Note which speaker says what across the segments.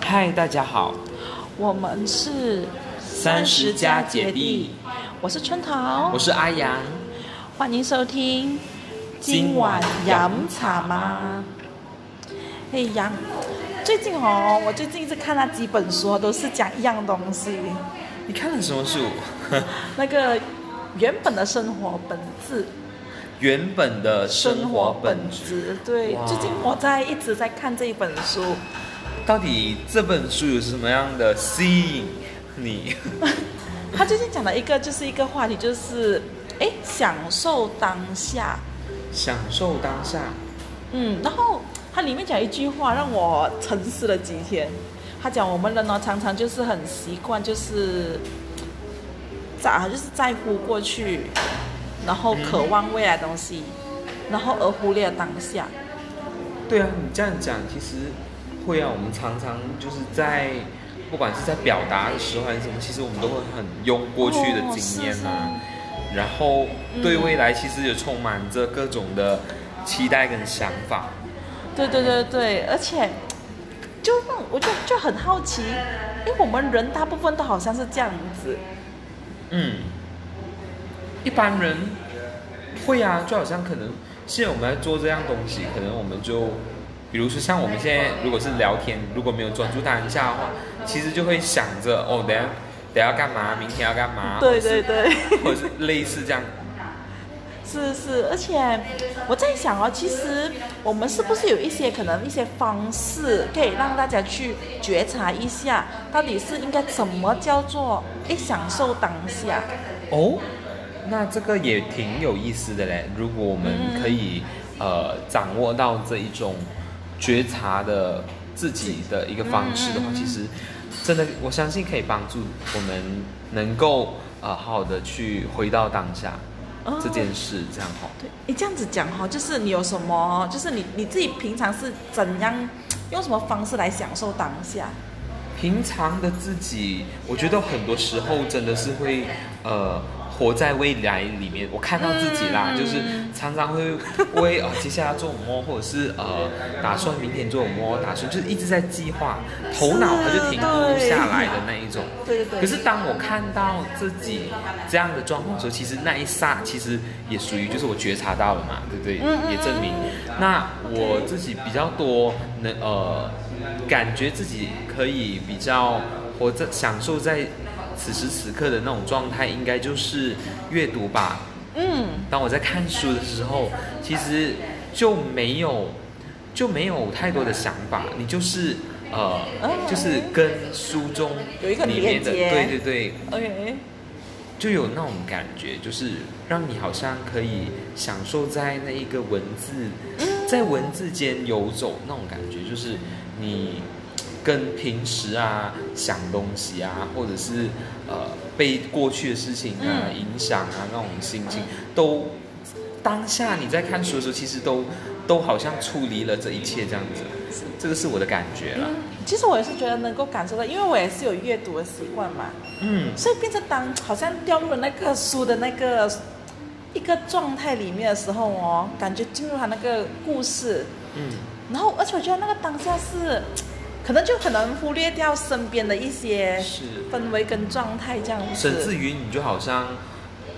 Speaker 1: 嗨，大家好，
Speaker 2: 我们是
Speaker 1: 三十加姐弟，
Speaker 2: 我是春桃，
Speaker 1: 我是阿阳。
Speaker 2: 欢迎收听。
Speaker 1: 今
Speaker 2: 今
Speaker 1: 晚
Speaker 2: 晚
Speaker 1: 飲
Speaker 2: 飲茶吗？哎呀，最近哦，我最近一直看那几本书哦，都是讲一样东西，
Speaker 1: 你看了什么书？
Speaker 2: 那个原本的生活本质，
Speaker 1: 原本的生活本质。
Speaker 2: 质。对
Speaker 1: 哇，
Speaker 2: 最近我在一直在看这一本书，
Speaker 1: 到底这本书有什么样的吸引你？
Speaker 2: 他最近讲了一个，就是一个话题，就是哎，享受当下。
Speaker 1: 享受当下。
Speaker 2: 嗯，然后它里面讲一句话让我沉思了几天。他讲我们人呢，常常就是很习惯，就是咋就是在乎过去，然后渴望未来的东西，然后而忽略了当下。
Speaker 1: 对啊，你这样讲其实会啊，我们常常就是在不管是在表达的时候还是什么，其实我们都会很用过去的经验啊，
Speaker 2: 哦
Speaker 1: 然后对未来其实也充满着各种的期待跟想法。
Speaker 2: 对对对对，而且就让我就就很好奇，因为我们人大部分都好像是这样子。
Speaker 1: 嗯，一般人会啊，就好像可能现在我们在做这样东西，可能我们就，比如说像我们现在如果是聊天，如果没有专注当下的话，其实就会想着哦，等下等下要干嘛，明天要干嘛，
Speaker 2: 对对对。
Speaker 1: 或者是，或者是类似这样，
Speaker 2: 是是，而且我在想哦，其实我们是不是有一些可能一些方式，可以让大家去觉察一下，到底是应该怎么叫做诶享受当下？
Speaker 1: 哦，那这个也挺有意思的嘞。如果我们可以、呃掌握到这一种觉察的自己的一个方式的话，其实真的我相信可以帮助我们能够呃好好的去回到当下、
Speaker 2: 哦
Speaker 1: 这件事，这样哈、
Speaker 2: 对，你这样子讲哈、哦，就是你有什么，哦就是你你自己平常是怎样，用什么方式来享受当下？
Speaker 1: 平常的自己，我觉得很多时候真的是会，呃，活在未来里面。我看到自己啦，就是常常会为啊、呃接下来做什么，或者是呃打算明天做什么，打算就是一直在计划，头脑它就停不下来的那一种。
Speaker 2: 对对
Speaker 1: 可
Speaker 2: 对，
Speaker 1: 是当我看到自己这样的状况的时候，其实那一刹其实也属于就是我觉察到了嘛，对不对？
Speaker 2: 嗯
Speaker 1: 也证明那我自己比较多能呃，感觉自己可以比较活在享受在此时此刻的那种状态，应该就是阅读吧。
Speaker 2: 嗯，
Speaker 1: 当我在看书的时候，其实就没有就没有太多的想法，你就是呃，
Speaker 2: 嗯
Speaker 1: 就是跟书中
Speaker 2: 有一个
Speaker 1: 里面的
Speaker 2: 连
Speaker 1: 对对
Speaker 2: 接
Speaker 1: 对，
Speaker 2: OK，
Speaker 1: 就有那种感觉，就是让你好像可以享受在那一个文字，在文字间游走那种感觉，就是你跟平时啊想东西啊，或者是呃被过去的事情啊
Speaker 2: 嗯
Speaker 1: 影响啊那种心情，都当下你在看书的时候，其实都都好像处理了这一切这样子，这个是我的感觉啦。
Speaker 2: 其实我也是觉得能够感受到，因为我也是有阅读的习惯嘛。
Speaker 1: 嗯，
Speaker 2: 所以变成当好像掉入了那个书的那个呃一个状态里面的时候哦，感觉进入他那个故事，
Speaker 1: 嗯，
Speaker 2: 然后而且我觉得那个当下是，可能就可能忽略掉身边的一些
Speaker 1: 是。
Speaker 2: 氛围跟状态这样子。
Speaker 1: 甚至于你就好像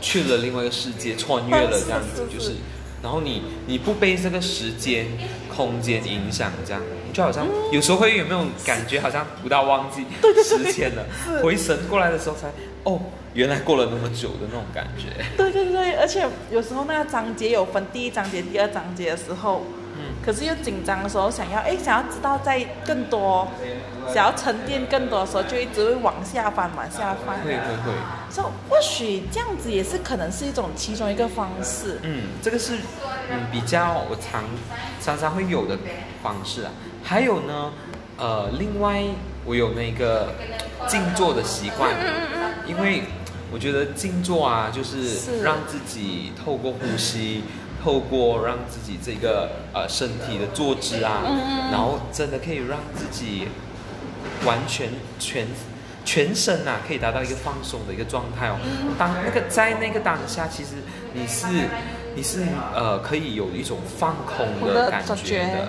Speaker 1: 去了另外一个世界，穿越了这样子，
Speaker 2: 是是
Speaker 1: 就是是，然后你你不被这个时间、空间影响，这样你就好像、有时候会有没有感觉，好像不到忘记时间了，回神过来的时候才哦，原来过了那么久的那种感觉。
Speaker 2: 对对对，而且有时候那个章节有分第一章节、第二章节的时候，
Speaker 1: 嗯
Speaker 2: 可是又紧张的时候，想要哎想要知道再更多，想要沉淀更多的时候，就一直会往下翻，往下翻。
Speaker 1: 会会会，
Speaker 2: 所以或许这样子也是可能是一种其中一个方式。
Speaker 1: 嗯，这个是嗯比较我常常常会有的方式啊。还有呢，呃，另外我有那个静坐的习惯，因为我觉得静坐啊，就是
Speaker 2: 是
Speaker 1: 让自己透过呼吸，透过让自己这个呃身体的坐姿啊，然后真的可以让自己完全全全身啊，可
Speaker 2: 嗯
Speaker 1: 以达到一个放松的一个状态哦。当那个在那个当下，其实你是你是呃可以有一种放空
Speaker 2: 我
Speaker 1: 的
Speaker 2: 的
Speaker 1: 感
Speaker 2: 感
Speaker 1: 觉
Speaker 2: 觉
Speaker 1: 的，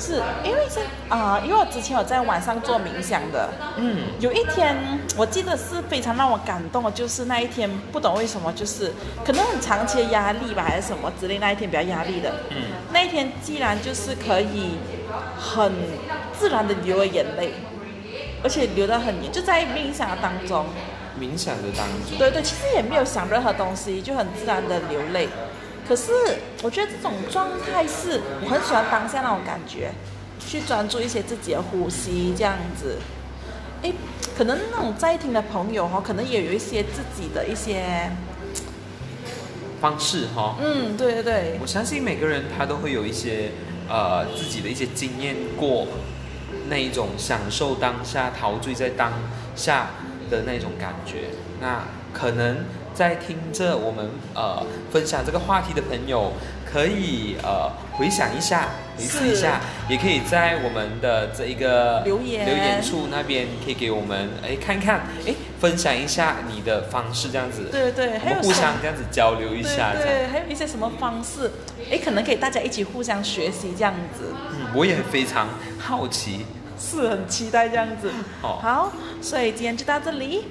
Speaker 2: 是因为在啊、因为我之前我在晚上做冥想的，
Speaker 1: 嗯，
Speaker 2: 有一天，我记得是非常让我感动的，就是那一天不懂为什么，就是可能很长期的压力吧，还是什么之类，那一天比较压力的。
Speaker 1: 嗯，
Speaker 2: 那一天既然就是可以很自然的流了眼泪，而且流得很严，就在冥想的当中，
Speaker 1: 冥想的当中，
Speaker 2: 对对，其实也没有想任何东西，就很自然的流泪。可是我觉得这种状态是我很喜欢当下那种感觉，去专注一些自己的呼吸这样子。诶，可能那种在听的朋友哦，可能也有一些自己的一些，
Speaker 1: 方式哈、
Speaker 2: 嗯，对对对
Speaker 1: 我，相信每个人他都会有一些呃自己的一些经验过那一种享受当下、陶醉在当下的那种感觉。那可能在听着我们呃分享这个话题的朋友，可以呃回想一下、回思一下，也可以在我们的这一个
Speaker 2: 留言
Speaker 1: 留言处那边可以给我们哎看看哎分享一下你的方式这样子，
Speaker 2: 对对，
Speaker 1: 我
Speaker 2: 还
Speaker 1: 们
Speaker 2: 有
Speaker 1: 互
Speaker 2: 什
Speaker 1: 相这样子交流一
Speaker 2: 对
Speaker 1: 下这样。
Speaker 2: 对，还有一些什么方式，诶，可能可以大家一起互相学习这样子。
Speaker 1: 嗯，我也非常好奇。
Speaker 2: 是很期待这样子。
Speaker 1: 好
Speaker 2: 好，所以今天就到这里，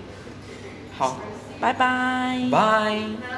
Speaker 1: 好，
Speaker 2: 拜拜。
Speaker 1: 拜。